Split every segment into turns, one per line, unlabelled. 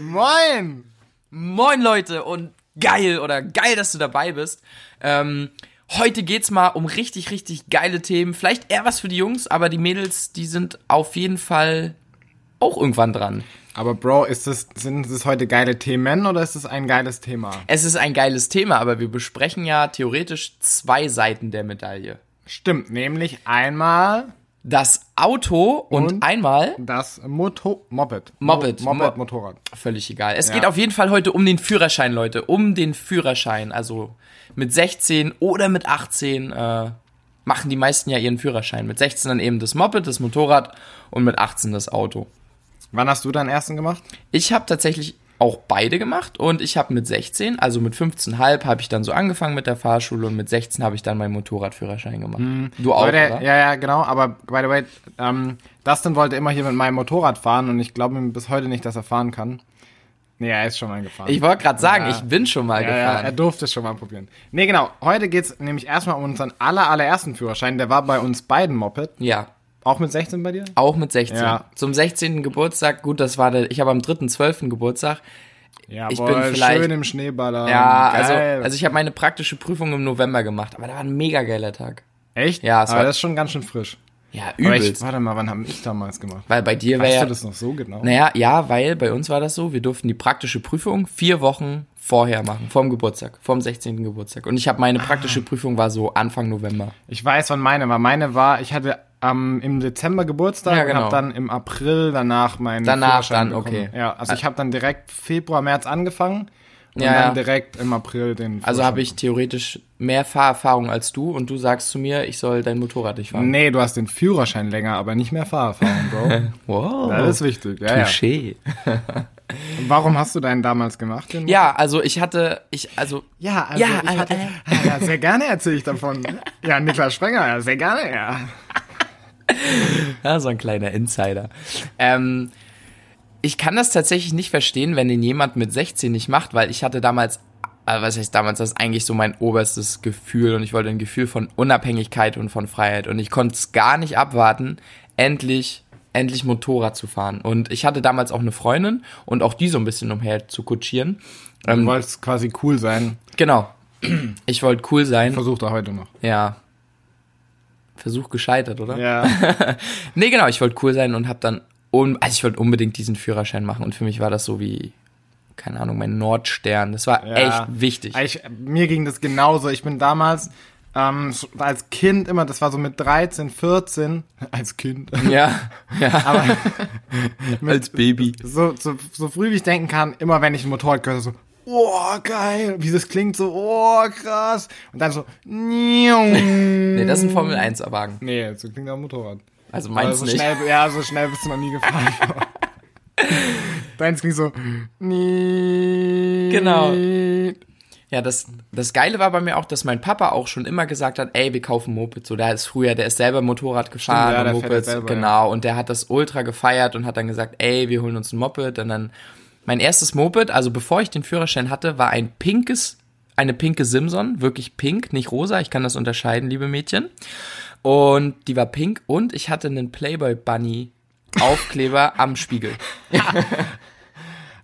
Moin!
Moin Leute und geil oder geil, dass du dabei bist. Ähm, heute geht's mal um richtig, richtig geile Themen. Vielleicht eher was für die Jungs, aber die Mädels, die sind auf jeden Fall auch irgendwann dran.
Aber Bro, ist das, sind es heute geile Themen oder ist es ein geiles Thema?
Es ist ein geiles Thema, aber wir besprechen ja theoretisch zwei Seiten der Medaille.
Stimmt, nämlich einmal
Das Auto und,
Und?
einmal
das Moto Moped.
Moped.
Mo Moped,
Mo-
Motorrad.
Völlig egal. Es
Ja.
geht auf jeden Fall heute um den Führerschein, Leute. Um den Führerschein. Also mit 16 oder mit 18 äh, machen die meisten ja ihren Führerschein. Mit 16 dann eben das Moped, das Motorrad und mit 18 das Auto.
Wann hast du deinen ersten gemacht?
Ich habe tatsächlich auch beide gemacht und ich habe mit 16, also mit 15,5 habe ich dann so angefangen mit der Fahrschule und mit 16 habe ich dann meinen Motorradführerschein gemacht. Du auch,
Mhm. Leute,
oder?
ja, ja, genau, aber by the way, ähm, Dustin wollte immer hier mit meinem Motorrad fahren und ich glaube ihm bis heute nicht, dass er fahren kann. Nee, er ist schon mal gefahren.
Ich wollte gerade sagen,
Ja.
ich bin schon mal
Ja, ja,
gefahren.
er durfte es schon mal probieren. Nee, genau. Heute geht's nämlich erstmal um unseren aller, allerersten Führerschein. Der war bei uns beiden Moped.
ja.
Auch mit 16 bei dir?
Auch mit 16.
Ja.
Zum 16. Geburtstag, gut, das war der, ich habe am 3.12. Geburtstag.
Ja,
bin vielleicht-
schön im Schneeballer.
Ja, also,
Geil.
also ich habe meine praktische Prüfung im November gemacht, aber da war ein mega geiler Tag.
Echt?
Ja, es
aber
war-
das ist schon ganz schön frisch.
Ja,
Aber ich,
übelst.
warte mal, wann habe ich damals gemacht?
weil bei dir
Weißt du
wäre ja,
das noch so genau?
naja, ja, weil bei uns war das so, wir durften die praktische Prüfung vier Wochen vorher machen, vorm Geburtstag, vorm 16. Geburtstag. Und ich habe meine
Ah.
praktische Prüfung war so Anfang November.
Ich weiß, wann meine war. Meine war, ich hatte am- im Dezember Geburtstag
Ja,
und
genau.
habe dann im April danach meinen
Danach
Führerschein
dann,
bekommen.
okay. Ah.
Ja, also ich habe dann direkt Februar, März angefangen und
Ja, ja.
dann direkt im April den
Also
Führerschein
habe ich theoretisch mehr Fahrerfahrung als du und du sagst zu mir, ich soll dein Motorrad nicht fahren.
Nee, du hast den Führerschein länger, aber nicht mehr Fahrerfahrung, Bro.
Wow.
Ja, Das ist wichtig. Ja, ja.
Klischee.
Und Warum hast du deinen damals gemacht? Den
Ja, also ich hatte, ich, also,
ja, also
Ja,
ich hatte,
äh,
Ah, ja, sehr gerne erzähle ich davon. Ja, Niklas Sprenger, ja, sehr gerne, ja.
Ja, so ein kleiner Insider. Ähm, ich kann das tatsächlich nicht verstehen, wenn den jemand mit 16 nicht macht, weil ich hatte damals, äh, was heißt damals, das ist eigentlich so mein oberstes Gefühl und ich wollte ein Gefühl von Unabhängigkeit und von Freiheit und ich konnte es gar nicht abwarten, endlich, endlich Motorrad zu fahren. Und ich hatte damals auch eine Freundin und auch die so ein bisschen umher zu kutschieren.
Du
Ähm,
wolltest quasi cool sein.
genau. Ich wollte cool sein.
Versucht er heute noch.
Ja. Versuch gescheitert, oder?
Ja.
Nee, genau, ich wollte cool sein und habe dann, un also ich wollte unbedingt diesen Führerschein machen und für mich war das so wie, keine Ahnung, mein Nordstern. Das war
ja.
echt wichtig.
Ah, Ich, mir ging das genauso. Ich bin damals ähm, so als Kind immer, das war so mit 13, 14, als Kind,
Ja, ja.
aber
als Baby.
so, so, so früh wie ich denken kann, immer wenn ich ein Motorrad höre, so, oh, geil, wie das klingt, so, oh, krass. Und dann so, nee,
Nee, das ist ein Formel-1-Wagen.
Nee, so klingt ein Motorrad.
Also meins
so
nicht.
Schnell, ja, so schnell bist du noch nie gefahren. Deins klingt so.
Genau.
Genau.
Ja, das, das Geile war bei mir auch, dass mein Papa auch schon immer gesagt hat, ey, wir kaufen Moped. So, der ist früher, der ist selber Motorrad gefahren
ja,
und
der fährt
Mopeds,
das selber,
genau. Und der hat das ultra gefeiert und hat dann gesagt, ey, wir holen uns ein Moped. Und dann mein erstes Moped, also bevor ich den Führerschein hatte, war ein pinkes, eine pinke Simson, wirklich pink, nicht rosa. Ich kann das unterscheiden, liebe Mädchen. Und die war pink und ich hatte einen Playboy Bunny Aufkleber am Spiegel.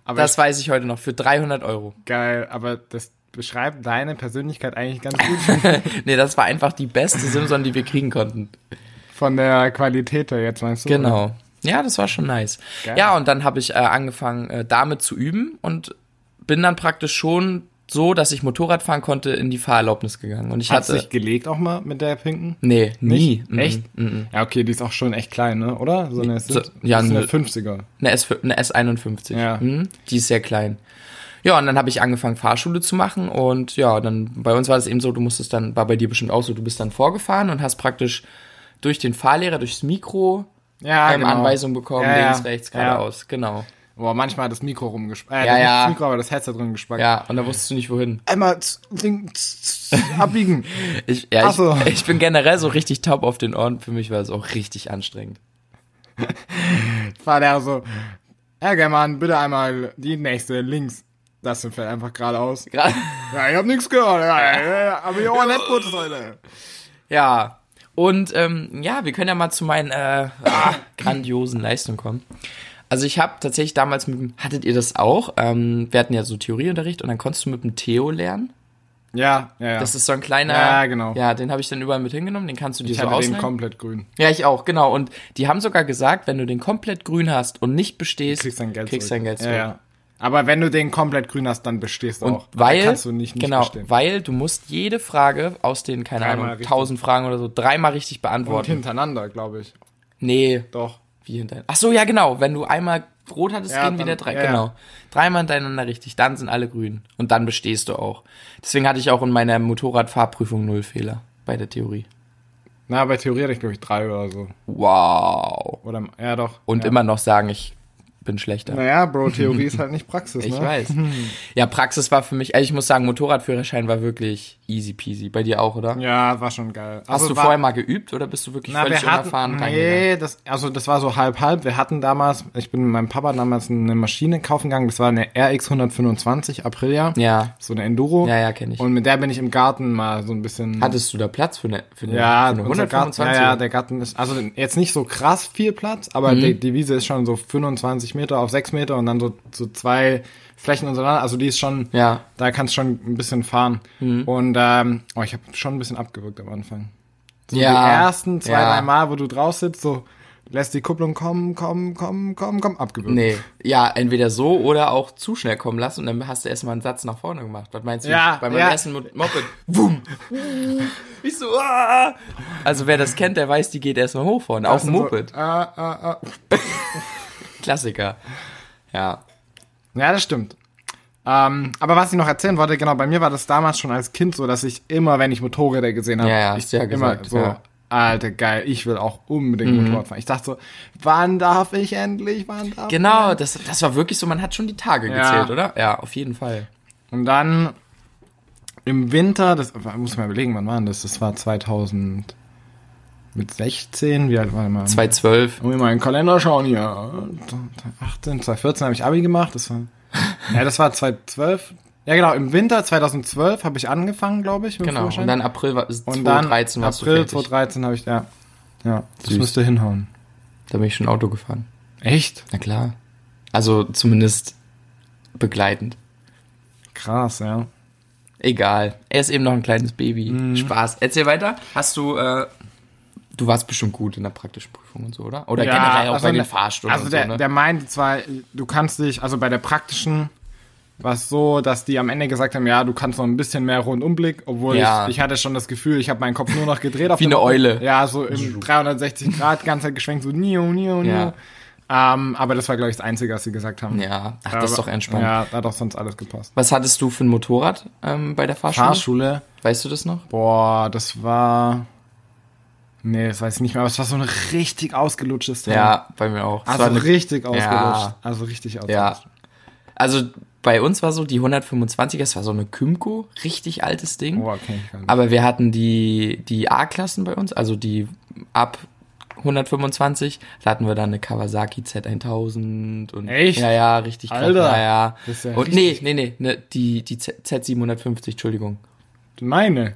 Aber
Das weiß ich heute noch für 300 Euro.
geil, aber das beschreibt deine Persönlichkeit eigentlich ganz gut
Nee, das war einfach die beste Simson, die wir kriegen konnten.
von der Qualität her jetzt, meinst du?
Genau. Ja, das war schon nice.
Geil.
Ja, und dann habe ich äh, angefangen, äh, damit zu üben und bin dann praktisch schon so, dass ich Motorrad fahren konnte, in die Fahrerlaubnis gegangen. Und ich
Hat
hatte.
sich gelegt auch mal mit der pinken?
nee, nie.
Nicht?
Mhm.
Echt? Ja, okay, die ist auch schon echt klein, ne? Oder? So eine,
So-
ja,
ja,
ist eine
ne-
50er.
Eine, S, eine S51.
Ja.
Mhm. Die ist sehr klein. Ja, und dann habe ich angefangen, Fahrschule zu machen. Und ja, dann bei uns war es eben so, du musstest dann, war bei dir bestimmt auch so, du bist dann vorgefahren und hast praktisch durch den Fahrlehrer, durchs Mikro
Ja, genau.
ähm, Anweisungen bekommen,
Ja, ja.
links, rechts,
Ja.
geradeaus. Genau.
Boah, manchmal hat das Mikro rumgespackt. Äh,
Ja,
nicht
ja.
Das Mikro, aber das Headset drin gespackt.
Ja, und da wusstest du nicht, wohin.
Einmal z- ding, z- z- abbiegen.
Ich, ja,
Ach so.
ich, ich bin generell so richtig taub auf den Ohren. Für mich war es auch richtig anstrengend.
war der so, Herr Germann, bitte einmal die nächste links. Das fällt einfach geradeaus.
Gerade-
Ja, ich hab nichts gehört. Ja, ja, ja, aber ich auch nicht gut heute.
Ja. Und ähm, ja, wir können ja mal zu meinen äh, ah, grandiosen Leistungen kommen. Also ich habe tatsächlich damals mit dem, hattet ihr das auch? Ähm, wir hatten ja so Theorieunterricht und dann konntest du mit dem Theo lernen.
Ja, ja, ja.
Das ist so ein kleiner.
Ja, genau.
Ja, den habe ich dann überall mit hingenommen, den kannst du dir
ich
so
hatte den
ausleihen.
komplett grün.
Ja, ich auch, genau. Und die haben sogar gesagt, wenn du den komplett grün hast und nicht bestehst,
Kriegst dein Geld
kriegst
zurück.
dein Geld
Ja, ja. Aber wenn du den komplett grün hast, dann bestehst du
Und
auch.
weil,
dann kannst du nicht, nicht
genau,
bestehen.
weil du musst jede Frage aus den, keine
Dreimal
Ahnung,
richtig.
tausend Fragen oder so, dreimal richtig
Und
beantworten.
hintereinander, glaube ich.
Nee,
Doch.
wie hinter. Ach so, ja, genau. Wenn du einmal rot hattest,
Ja,
gehen wieder
dann-
drei.
ja, ja.
genau. Dreimal hintereinander richtig, dann sind alle grün. Und dann bestehst du auch. Deswegen hatte ich auch in meiner Motorradfahrprüfung null Fehler bei der Theorie.
Na, bei Theorie hatte ich, glaube ich, drei oder so.
Wow.
Oder, ja, doch.
Und
ja.
immer noch sagen, ich bin schlechter.
Naja, Bro, Theorie ist halt nicht Praxis, ne?
Ich weiß. Ja, Praxis war für mich, also ich muss sagen, Motorradführerschein war wirklich easy peasy. Bei dir auch, oder?
Ja, war schon geil.
Hast du vorher mal geübt oder bist du wirklich
Na,
völlig
wir hatten,
unerfahren reingegangen?
nee, das, also das war so halb halb. Wir hatten damals, ich bin mit meinem Papa damals eine Maschine kaufen gegangen. Das war eine RX 125 Aprilia,
Ja.
so eine Enduro.
Ja, ja, kenne ich.
Und mit der bin ich im Garten mal so ein bisschen.
Hattest du da Platz für eine, für eine,
ja,
für eine
unser Garten, ja,
125?
ja, der Garten ist also jetzt nicht so krass viel Platz,
Mhm.
aber die, die Wiese ist schon so 25 Meter auf 6 Meter und dann so, so zwei Flächen untereinander. Also die ist schon,
Ja.
da kannst du schon ein bisschen fahren.
Mhm.
Und ähm, oh, ich habe schon ein bisschen abgewirkt am Anfang. So
Ja.
die ersten zwei,
Ja.
drei Mal, wo du drauf sitzt, so lässt die Kupplung kommen, kommen, kommen, kommen, kommen, abgewürgt.
Nee. Ja, entweder so oder auch zu schnell kommen lassen und dann hast du erstmal einen Satz nach vorne gemacht. Was meinst du?
Ja,
Bei meinem
ja.
ersten Mo- Moped. Wum. Ich so, ah. Also wer das kennt, der weiß, die geht erstmal hoch vorne. Auf dem
Und so,
Moped.
äh, äh, äh.
Klassiker. Ja.
Ja, das stimmt. Ähm, aber was ich noch erzählen wollte, genau, bei mir war das damals schon als Kind so, dass ich immer, wenn ich Motorräder gesehen habe,
Ja, ja,
ich
hast du ja
immer
gesagt,
so,
ja. Mhm.
Alter, geil, ich will auch unbedingt Motorrad fahren. Ich dachte so, wann darf ich endlich, wann darf
Genau, das, das war wirklich so, man hat schon die Tage
Ja.
gezählt, oder? Ja, auf jeden Fall.
Und dann im Winter, das muss man überlegen, wann war denn das? Das war 2000 mit 16, wie alt war ich mal?
212.
Muss ich mal in den Kalender schauen hier. 18, 2014 habe ich Abi gemacht. Das war, ja, das war 2012. Ja, genau. Im Winter 2012 habe ich angefangen, glaube ich. Mit dem
Genau.
Führerschein.
Und dann April war, ist
Und dann
2013 warst du
April
fertig.
2013 habe ich, ja. Ja, das
Süß.
müsste hinhauen.
Da bin ich schon Auto gefahren.
Echt?
Na klar. Also zumindest begleitend.
Krass, ja.
Egal. Er ist eben noch ein kleines Baby.
Mhm.
Spaß. Erzähl weiter. Hast du, äh, du warst bestimmt gut in der praktischen Prüfung und so, oder? Oder
ja,
generell auch bei
ne-
den Fahrstunden
Also
und
der,
so, ne?
der meinte zwar, du kannst dich, also bei der praktischen war es so, dass die am Ende gesagt haben, ja, du kannst noch ein bisschen mehr Rundumblick, obwohl
Ja.
ich, ich hatte schon das Gefühl, ich habe meinen Kopf nur noch gedreht. Auf
Wie
dem-
eine Eule.
Ja, so im 360 Grad, ganze Zeit geschwenkt, so nio, nio, nio.
Ja.
Ähm, aber das war, glaube ich, das Einzige, was sie gesagt haben.
ja, ach, das ist
Aber-
doch entspannt.
Ja, da hat auch sonst alles gepasst.
Was hattest du für ein Motorrad ähm, bei der Fahrschule?
Fahrschule,
Weißt du das noch?
boah, das war... Nee, das weiß ich nicht mehr, aber es war so ein richtig ausgelutschtes Teil.
Ja, bei mir auch. Es
Also
war eine-
richtig ausgelutscht.
Ja.
Also richtig ausgelutscht.
Ja. Also bei uns war so die 125, das war so eine Kymco, richtig altes Ding.
Boah, kenn ich gar nicht.
Aber wir hatten die, die A-Klassen bei uns, also die ab 125, da hatten wir dann eine Kawasaki Z1000 und
Echt?
ja ja richtig krass,
Alter,
ja ja
das ist ja
und nee
richtig-
nee nee ne, die die Z Z750 Entschuldigung
Meine?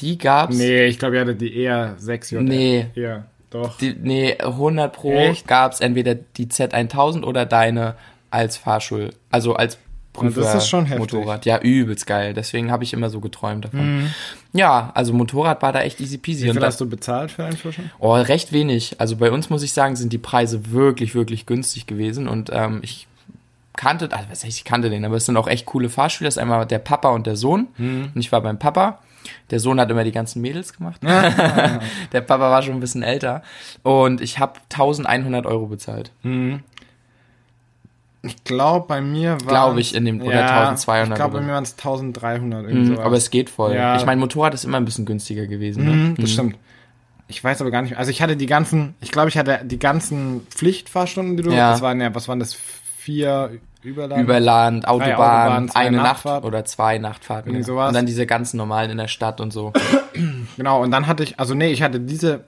die gab's
Mhm. Nee, ich glaube, ihr hattet die eher 6 JR.
Nee.
Ja, doch.
die, nee 100 pro
Echt?
gab's entweder die Z1000 oder deine als Fahrschul also als Prüfer
das ist schon heftig.
Motorrad ja übelst geil deswegen habe ich immer so geträumt davon ja also Motorrad war da echt easy peasy
Wie
und
viel
das-
hast du bezahlt für einen Führerschein?
Oh, recht wenig. Also bei uns muss ich sagen, sind die Preise wirklich, wirklich günstig gewesen. Und ähm, ich kannte, also was heißt, ich kannte den, aber es sind auch echt coole Fahrschüler. Das ist einmal der Papa und der Sohn.
Mhm.
Und ich war beim Papa. Der Sohn hat immer die ganzen Mädels gemacht. der Papa war schon ein bisschen älter. Und ich habe 1100 Euro bezahlt.
Ich glaube, bei mir war.
Glaub ich, in dem- oder 1200
Ich glaube, bei
oder so. Mhm,
mir waren es 1300 irgendwie sowas.
Aber es geht voll.
Ja.
Ich meine, Motorrad ist immer ein bisschen günstiger gewesen. Ne?
Mhm, das stimmt. Ich weiß aber gar nicht mehr. Also ich hatte die ganzen, ich glaube, ich hatte die ganzen Pflichtfahrstunden, die du,
Ja.
das waren ja, was waren das, vier Überladen?
Über Land, Autobahn,
Autobahnen, zwei
eine Nachtfahrt.
Nachtfahrten.
Nacht oder zwei Nachtfahrten.
Irgendwie
ja.
sowas.
Und dann diese ganzen normalen in der Stadt und so.
Genau, und dann hatte ich, also nee, ich hatte diese,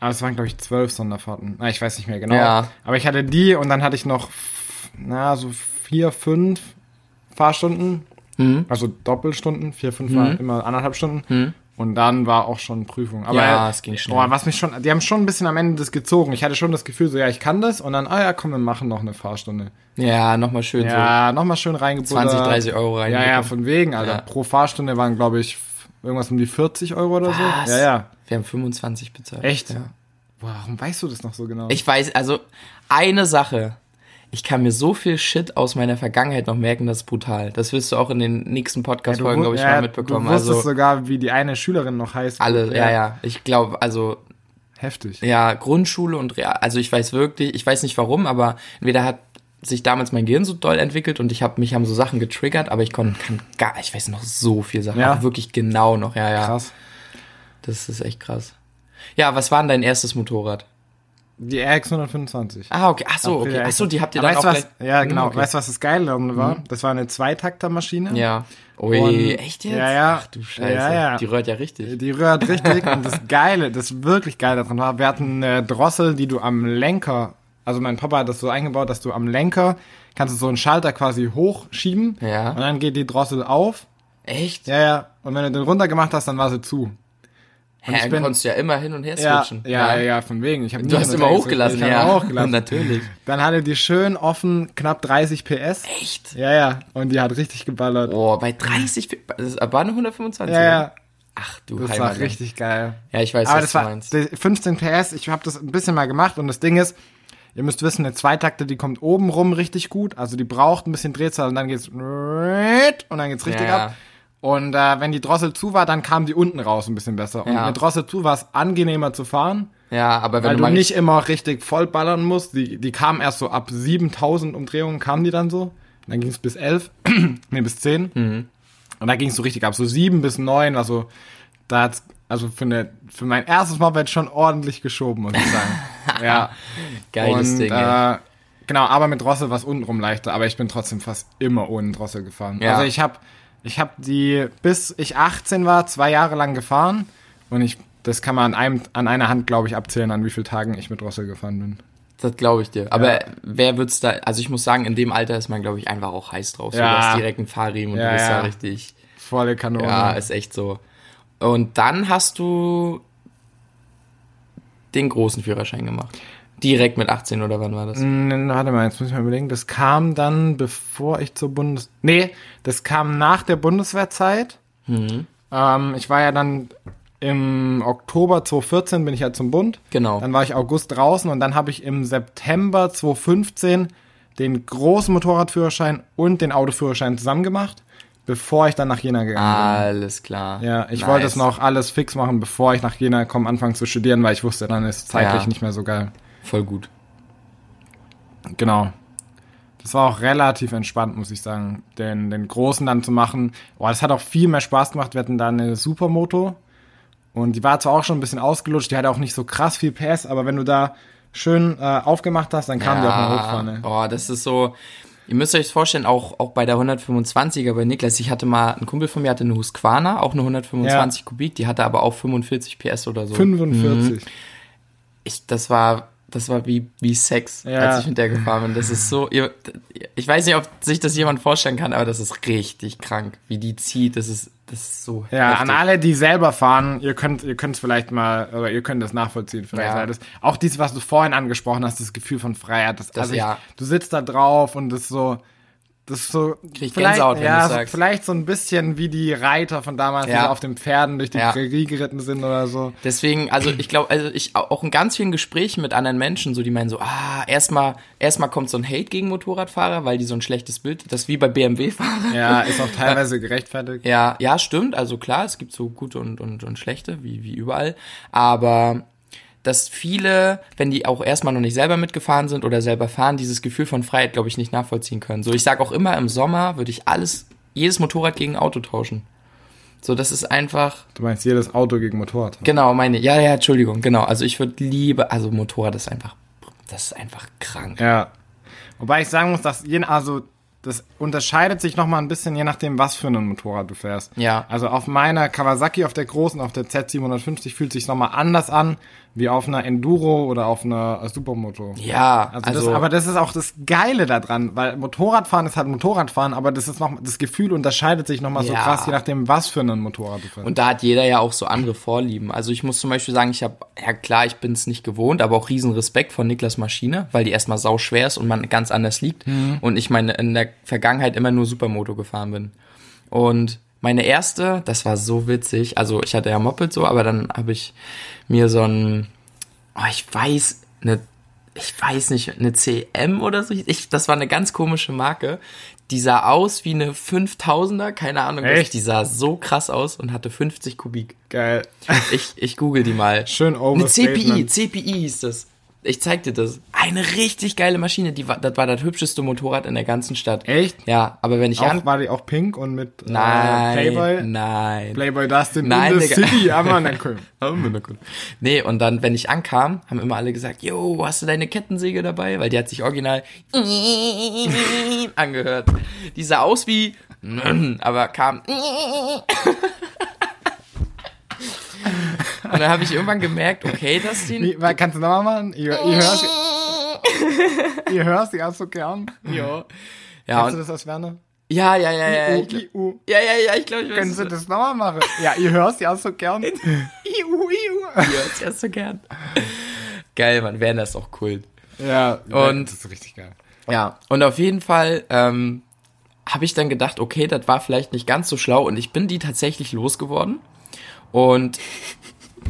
aber es waren, glaube ich, zwölf Sonderfahrten. Na, ich weiß nicht mehr genau.
Ja.
Aber ich hatte die und dann hatte ich noch, na, so vier, fünf
Mhm.
Fahrstunden. Also Doppelstunden, vier, fünf mal immer anderthalb Stunden. Und dann war auch schon Prüfung. Aber
Ja, es ging schnell.
Boah, was mich schon, die haben schon ein bisschen am Ende das gezogen. Ich hatte schon das Gefühl, so ja, ich kann das. Und dann, ah ja, komm, wir machen noch eine Fahrstunde.
Ja, nochmal schön
Ja, nochmal schön reingebuttert.
20, 30 Euro
Ja, ja,
reingebuttert.
von wegen, Alter.
Ja.
Pro Fahrstunde waren, glaube ich, f- irgendwas um die 40 Euro oder
Was?
so. Ja, ja.
so. Wir haben 25 bezahlt.
Echt?
Ja.
Warum weißt du das noch so genau?
Ich weiß, also eine Sache. Ich kann mir so viel Shit aus meiner Vergangenheit noch merken, das ist brutal. Das wirst du auch in den nächsten Podcast-Folgen, glaube ich,
ja,
mal mitbekommen.
Du wusstest
Also
sogar, wie die eine Schülerin noch heißt.
alle, ja, ja. Ich glaube, also
Heftig.
ja, Grundschule und Real. Also ich weiß wirklich, ich weiß nicht warum, aber entweder hat sich damals mein Gehirn so doll entwickelt und ich habe mich haben so Sachen getriggert, aber ich konnte kann gar, ich weiß noch so viel Sachen,
Ja.
auch wirklich genau noch, ja, ja.
Krass.
Das ist echt krass. Ja, was war denn dein erstes Motorrad?
Die RX 125.
Ah, okay, ach so, okay, ach so, die habt ihr dann
weißt
auch
du was,
gleich.
Ja, genau.
Hm, okay. Mhm.
Weißt du, was das Geile daran war? Das war eine Zweitaktermaschine.
Ja. Ui,
Und-
echt jetzt?
Ja, ja.
Ach du Scheiße.
Ja, ja.
Die röhrt ja richtig.
Die rührt richtig und das Geile, das wirklich Geile daran war, wir hatten eine Drossel, die du am Lenker, also mein Papa hat das so eingebaut, dass du am Lenker kannst du so einen Schalter quasi hochschieben
Ja.
und dann geht die Drossel auf.
Echt?
Ja, ja. Und wenn du den runter gemacht hast, dann war sie zu.
Hä,
ich
dann
bin-
konntest du ja immer hin und her
Ja,
switchen.
ja, ja, von wegen. Ich hab nie
Du hast
hin und
immer
her
hochgelassen,
geswitcht. Ich
ja.
hab hochgelassen.
Natürlich.
Dann hatte die schön offen knapp 30 PS.
Echt? Oh,
Ja, ja. Und die hat richtig geballert.
Boah, bei 30, Fi- das war eine 125.
ja,
oder?
ja.
Ach du
Das war
Heimat.
richtig geil.
Ja, ich weiß,
Aber
was
das
du
war
meinst.
die 15 PS. Ich habe das ein bisschen mal gemacht und das Ding ist, ihr müsst wissen, eine Zweitakte, die kommt oben rum richtig gut. Also die braucht ein bisschen Drehzahl und dann geht's und dann geht's richtig
Ja.
ab. Und äh, wenn die Drossel zu war, dann kam die unten raus ein bisschen besser. Und
Ja.
mit Drossel zu war es angenehmer zu fahren,
Ja, aber wenn
weil
du
du
mal
nicht immer richtig voll ballern musst. Die, die kam erst so ab 7000 Umdrehungen, kam die dann so. Und dann ging's bis 11, nee, bis 10.
Mhm.
Und da ging's so richtig ab, so 7 bis 9, also da hat's, also für, eine, für mein erstes Moped schon ordentlich geschoben, muss ich sagen. ja,
geiles
und,
Ding. ey.
äh, genau, aber mit Drossel war es untenrum leichter, aber ich bin trotzdem fast immer ohne Drossel gefahren.
Ja.
Also ich habe ich hab die, bis ich 18 war, zwei Jahre lang gefahren und ich, das kann man an, einem, an einer Hand, glaube ich, abzählen, an wie vielen Tagen ich mit Drossel gefahren bin.
Das glaube ich dir. Aber wer wird's da, also ich muss sagen, in dem Alter ist man, glaube ich, einfach auch heiß drauf.
Ja.
So, du hast direkt einen Fahrriemen und
Ja,
du bist
ja.
da richtig.
Volle Kanone.
Ja, ist echt so. Und dann hast du den großen Führerschein gemacht. Direkt mit 18 oder wann war das?
N- Warte mal, jetzt muss ich mal überlegen. Das kam dann, bevor ich zur Bundes... Nee, das kam nach der Bundeswehrzeit.
Mhm.
Ähm, ich war ja dann im Oktober 2014 bin ich ja zum Bund.
Genau.
Dann war ich August draußen und dann habe ich im September 2015 den großen Motorradführerschein und den Autoführerschein zusammen gemacht, bevor ich dann nach Jena gegangen
Alles klar.
bin. Ja, ich
Ah, Nice.
wollte es noch alles fix machen, bevor ich nach Jena komme, anfangen zu studieren, weil ich wusste, dann ist es zeitlich
Ja.
nicht mehr so geil.
Voll gut.
Genau. Das war auch relativ entspannt, muss ich sagen, den, den großen dann zu machen. Boah, das hat auch viel mehr Spaß gemacht. Wir hatten da eine Supermoto und die war zwar auch schon ein bisschen ausgelutscht, die hatte auch nicht so krass viel PS, aber wenn du da schön äh, aufgemacht hast, dann kam die auch mal hochfahren. Ne?
Oh, das ist so. Ihr müsst euch vorstellen, auch, auch bei der 125er bei Niklas, ich hatte mal, ein Kumpel von mir hatte eine Husqvarna, auch eine 125 Kubik, die hatte aber auch 45 PS oder so.
45.
Ich, das war, das war wie, wie Sex,
Ja.
als ich mit der gefahren bin. Das ist so, ihr, ich weiß nicht, ob sich das jemand vorstellen kann, aber das ist richtig krank, wie die zieht, das ist, das ist so
Ja,
heftig.
an alle, die selber fahren, ihr könnt ihr könnt es vielleicht mal, oder ihr könnt das nachvollziehen. Vielleicht
Ja.
weil das, auch dies, was du vorhin angesprochen hast, das Gefühl von Freiheit. Das, also ich,
ja.
Du sitzt da drauf und das so, das ist so.
Krieg
vielleicht-
Gänsehaut, wenn
ja,
du's
so-
sagst.
Vielleicht so ein bisschen wie die Reiter von damals, die
Ja.
so auf den Pferden durch die
Ja.
Prärie geritten sind oder so.
Deswegen, also ich glaube, also ich auch in ganz vielen Gesprächen mit anderen Menschen, so die meinen so, ah, erstmal, erstmal kommt so ein Hate gegen Motorradfahrer, weil die so ein schlechtes Bild, das ist wie bei BMW-Fahrern.
Ja, ist auch teilweise gerechtfertigt.
Ja, ja, stimmt. Also klar, es gibt so gute und, und, und schlechte, wie, wie überall. Aber dass viele, wenn die auch erstmal noch nicht selber mitgefahren sind oder selber fahren, dieses Gefühl von Freiheit, glaube ich, nicht nachvollziehen können. So, ich sage auch immer, im Sommer würde ich alles, jedes Motorrad gegen Auto tauschen. So, das ist einfach,
Du meinst jedes Auto gegen Motorrad.
Genau, meine, ja, ja, Entschuldigung, genau. Also ich würde liebe, also Motorrad ist einfach, das ist einfach krank.
Ja. Wobei ich sagen muss, dass jeden, also das unterscheidet sich nochmal ein bisschen, je nachdem, was für ein Motorrad du fährst.
Ja.
Also auf meiner Kawasaki, auf der großen, auf der Z750 fühlt sich nochmal anders an, wie auf einer Enduro oder auf einer Supermoto.
Ja,
Also, das, aber das ist auch das Geile daran, weil Motorradfahren ist halt Motorradfahren, aber das ist noch das Gefühl unterscheidet sich nochmal so
Ja.
krass, je nachdem, was für ein Motorrad du fährst.
Und da hat jeder ja auch so andere Vorlieben. Also ich muss zum Beispiel sagen, ich habe, ja klar, ich bin es nicht gewohnt, aber auch riesen Respekt vor Niklas Maschine, weil die erstmal sau schwer ist und man ganz anders liegt. Und ich meine, in der Vergangenheit immer nur Supermoto gefahren bin. Und meine erste, das war so witzig, also ich hatte ja Moped so, aber dann habe ich mir so ein, oh, ich weiß, eine, ich weiß nicht, eine CM oder so. Ich, das war eine ganz komische Marke. Die sah aus wie eine 5000er, keine Ahnung. was.
Echt?
Die sah so krass aus und hatte 50 Kubik.
Geil.
Ich, ich google die mal.
Schön
Eine CPI,
Overstatement.
CPI hieß das. Ich zeig dir das. Eine richtig geile Maschine. Die war, das war das hübscheste Motorrad in der ganzen Stadt.
Echt?
Ja, aber wenn ich
Auch,
an...
war die auch pink und mit äh,
Nein,
Playboy?
nein.
Playboy Dustin
Nein,
in the
Digga.
City, aber na cool.
Nee, und dann, wenn ich ankam, haben immer alle gesagt, yo, hast du deine Kettensäge dabei? Weil die hat sich original angehört. Die sah aus wie, aber kam. Und dann habe ich irgendwann gemerkt, okay, Dustin,
Wie, wa- kannst du nochmal machen? Ihr, ihr, hörst, ihr hörst die auch so gern.
jo. Ja,
Kannst du
und,
das als Werner?
ja, ja, ja, ja, ja,
I,
ich
U,
glaub-
I, U.
ja, ja, ja, ich glaube, ich
Kannst du
weiß.
das nochmal machen? Ja, ihr hörst die auch so gern.
Iu, iu. Ja, ich hör's so gern. Geil, Mann, wären das auch Kult.
Ja,
Und-
das ist richtig geil.
Ja, und auf jeden Fall ähm, habe ich dann gedacht, okay, das war vielleicht nicht ganz so schlau und ich bin die tatsächlich losgeworden. Und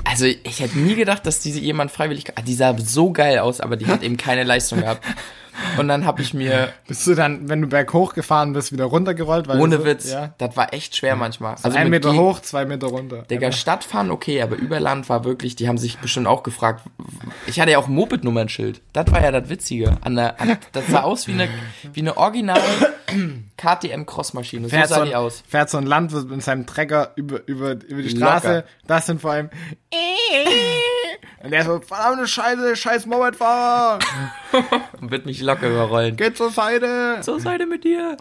also ich hätte nie gedacht, dass diese jemand freiwillig. Ah, die sah so geil aus, aber die hat eben keine Leistung gehabt. Und dann habe ich mir,
Bist du dann, wenn du berghoch gefahren bist, wieder runtergerollt? Weil
ohne
du,
Witz,
Also, Ja.
das war echt schwer manchmal.
Also ein
mit
Meter
Geg-
hoch, zwei Meter runter.
Digga, Stadt fahren okay, aber Überland war wirklich, die haben sich bestimmt auch gefragt. Ich hatte ja auch ein Moped-Nummernschild. Das war ja das Witzige. An der, an, das sah aus wie eine, wie eine originale KTM-Crossmaschine. So
fährt, so
sah
ein,
die aus.
fährt so ein Landwirt mit seinem Trecker über, über, über die Straße.
Locker.
Das sind vor allem. Und der so, verdammte Scheiße, scheiß Mopedfahrer,
Und wird mich locker überrollen.
geht zur Seite.
So seid ihr mit dir.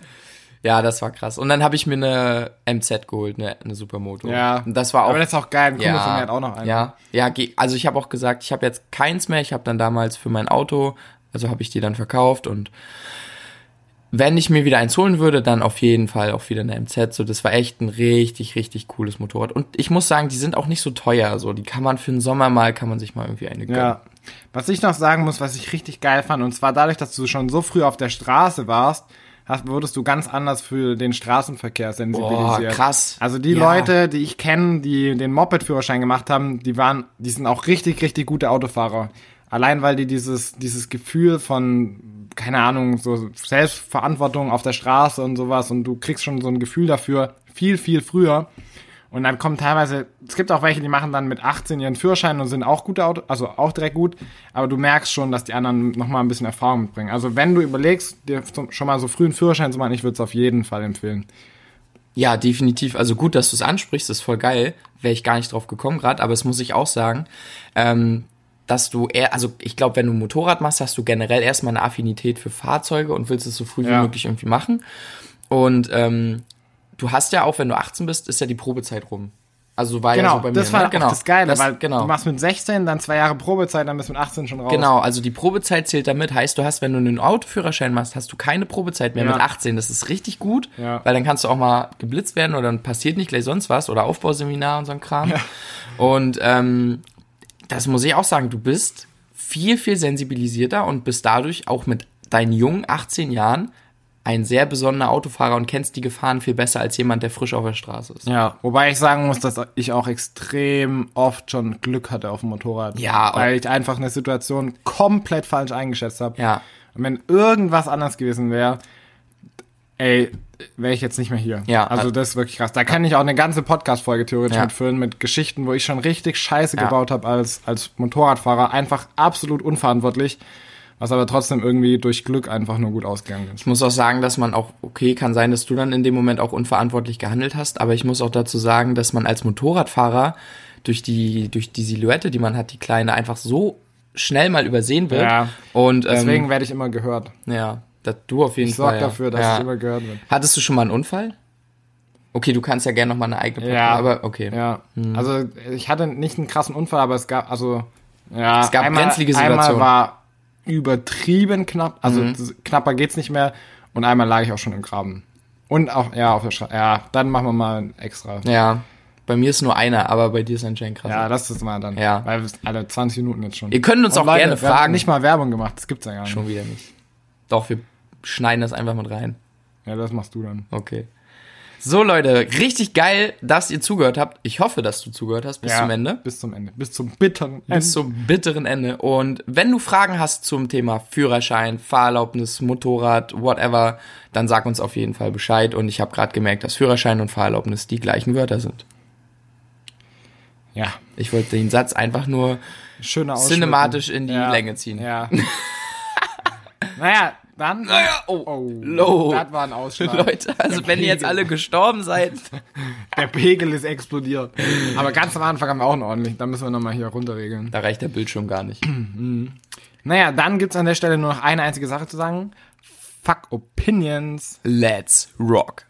Ja, das war krass. Und dann habe ich mir eine MZ geholt, eine, eine Supermoto.
Ja.
Und das war auch.
Aber das ist auch geil, ein Kumpel
ja,
von mir hat auch noch einen.
Ja, ja ge- also ich habe auch gesagt, ich habe jetzt keins mehr. Ich habe dann damals für mein Auto, also habe ich die dann verkauft und wenn ich mir wieder eins holen würde, dann auf jeden Fall auch wieder eine MZ. So, das war echt ein richtig, richtig cooles Motorrad. Und ich muss sagen, die sind auch nicht so teuer. So, die kann man für den Sommer mal, kann man sich mal irgendwie eine gönnen.
Ja. Was ich noch sagen muss, was ich richtig geil fand, und zwar dadurch, dass du schon so früh auf der Straße warst, hast, wurdest du ganz anders für den Straßenverkehr sensibilisiert.
Boah, krass.
Also die
Ja.
Leute, die ich kenne, die den Moped-Führerschein gemacht haben, die waren, die sind auch richtig, richtig gute Autofahrer. Allein weil die dieses, dieses Gefühl von, keine Ahnung, so Selbstverantwortung auf der Straße und sowas und du kriegst schon so ein Gefühl dafür viel, viel früher. Und dann kommen teilweise, es gibt auch welche, die machen dann mit 18 ihren Führerschein und sind auch gute Auto, also auch direkt gut, aber du merkst schon, dass die anderen nochmal ein bisschen Erfahrung mitbringen. Also wenn du überlegst, dir zum, schon mal so früh einen Führerschein zu machen, ich würde es auf jeden Fall empfehlen.
Ja, definitiv. Also gut, dass du es ansprichst, ist voll geil. Wäre ich gar nicht drauf gekommen gerade, aber es muss ich auch sagen, ähm, dass du eher, also ich glaube, wenn du Motorrad machst, hast du generell erstmal eine Affinität für Fahrzeuge und willst es so früh wie
Ja.
möglich irgendwie machen. Und ähm, du hast ja auch, wenn du 18 bist, ist ja die Probezeit rum. Also war ja
Genau,
so bei mir.
das war
ne?
auch das Geile, weil
genau.
du machst mit 16, dann zwei Jahre Probezeit, dann bist du mit 18 schon raus.
Genau, also die Probezeit zählt damit. Heißt, du hast, wenn du einen Autoführerschein machst, hast du keine Probezeit mehr
Ja.
mit 18. Das ist richtig gut,
Ja.
weil dann kannst du auch mal geblitzt werden oder dann passiert nicht gleich sonst was oder Aufbauseminar und so ein Kram. Und ähm, das muss ich auch sagen, du bist viel, viel sensibilisierter und bist dadurch auch mit deinen jungen 18 Jahren ein sehr besonderer Autofahrer und kennst die Gefahren viel besser als jemand, der frisch auf der Straße ist.
Ja, wobei ich sagen muss, dass ich auch extrem oft schon Glück hatte auf dem Motorrad.
Ja, auch.
Weil ich einfach eine Situation komplett falsch eingeschätzt habe.
Ja.
Und wenn irgendwas anders gewesen wäre, ey, wäre ich jetzt nicht mehr hier.
Ja. äh,
Also das ist wirklich krass. Da kann ich auch eine ganze Podcast-Folge theoretisch
Ja.
mitfüllen mit Geschichten, wo ich schon richtig Scheiße
Ja.
gebaut habe als, als Motorradfahrer. Einfach absolut unverantwortlich, was aber trotzdem irgendwie durch Glück einfach nur gut ausgegangen ist.
Ich muss auch sagen, dass man auch, okay, kann sein, dass du dann in dem Moment auch unverantwortlich gehandelt hast, aber ich muss auch dazu sagen, dass man als Motorradfahrer durch die, durch die Silhouette, die man hat, die kleine, einfach so schnell mal übersehen wird.
Ja.
Und ähm,
Deswegen werde ich immer gehört.
ja. Das, du auf jeden
Ich
Fall.
sorge
ja.
dafür, dass
ja.
ich immer gehört wird.
Hattest du schon mal einen Unfall? Okay, du kannst ja gerne noch mal eine eigene Podcast,
Ja.
aber okay.
Ja, also ich hatte nicht einen krassen Unfall, aber es gab, also, ja,
Es gab brenzlige
einmal
Situationen. Mhm.
war übertrieben knapp, also das- knapper geht's nicht mehr und einmal lag ich auch schon im Graben. Und auch, ja, auf der Straße, ja, dann machen wir mal ein extra.
Ja. Bei mir ist nur einer, aber bei dir ist anscheinend krass.
Ja, lass das mal dann.
Ja.
Weil wir sind alle 20 Minuten jetzt schon.
Ihr könnt uns
Und
auch
Leute,
gerne
wir haben
fragen.
nicht mal Werbung gemacht, das gibt's ja gar nicht.
Schon wieder nicht. Doch, wir schneiden das einfach mit rein.
Ja, das machst du dann.
Okay. So, Leute, richtig geil, dass ihr zugehört habt. Ich hoffe, dass du zugehört hast bis
ja,
zum Ende.
Bis zum Ende. Bis zum bitteren Ende.
Bis zum bitteren Ende. Und wenn du Fragen hast zum Thema Führerschein, Fahrerlaubnis, Motorrad, whatever, dann sag uns auf jeden Fall Bescheid. Und ich habe gerade gemerkt, dass Führerschein und Fahrerlaubnis die gleichen Wörter sind.
Ja.
Ich wollte den Satz einfach nur
Schöner Ausschnitt.
cinematisch in die
ja.
Länge ziehen.
Ja. naja, dann. Naja, oh,
low.
Das war ein Ausschlag.
Leute, also wenn ihr jetzt alle gestorben seid,
Der Pegel ist explodiert. Aber ganz am Anfang haben wir auch einen ordentlichen. Da müssen wir nochmal hier runterregeln.
da reicht der Bildschirm gar nicht.
Naja, dann gibt's an der Stelle nur noch eine einzige Sache zu sagen. Fuck Opinions.
Let's rock.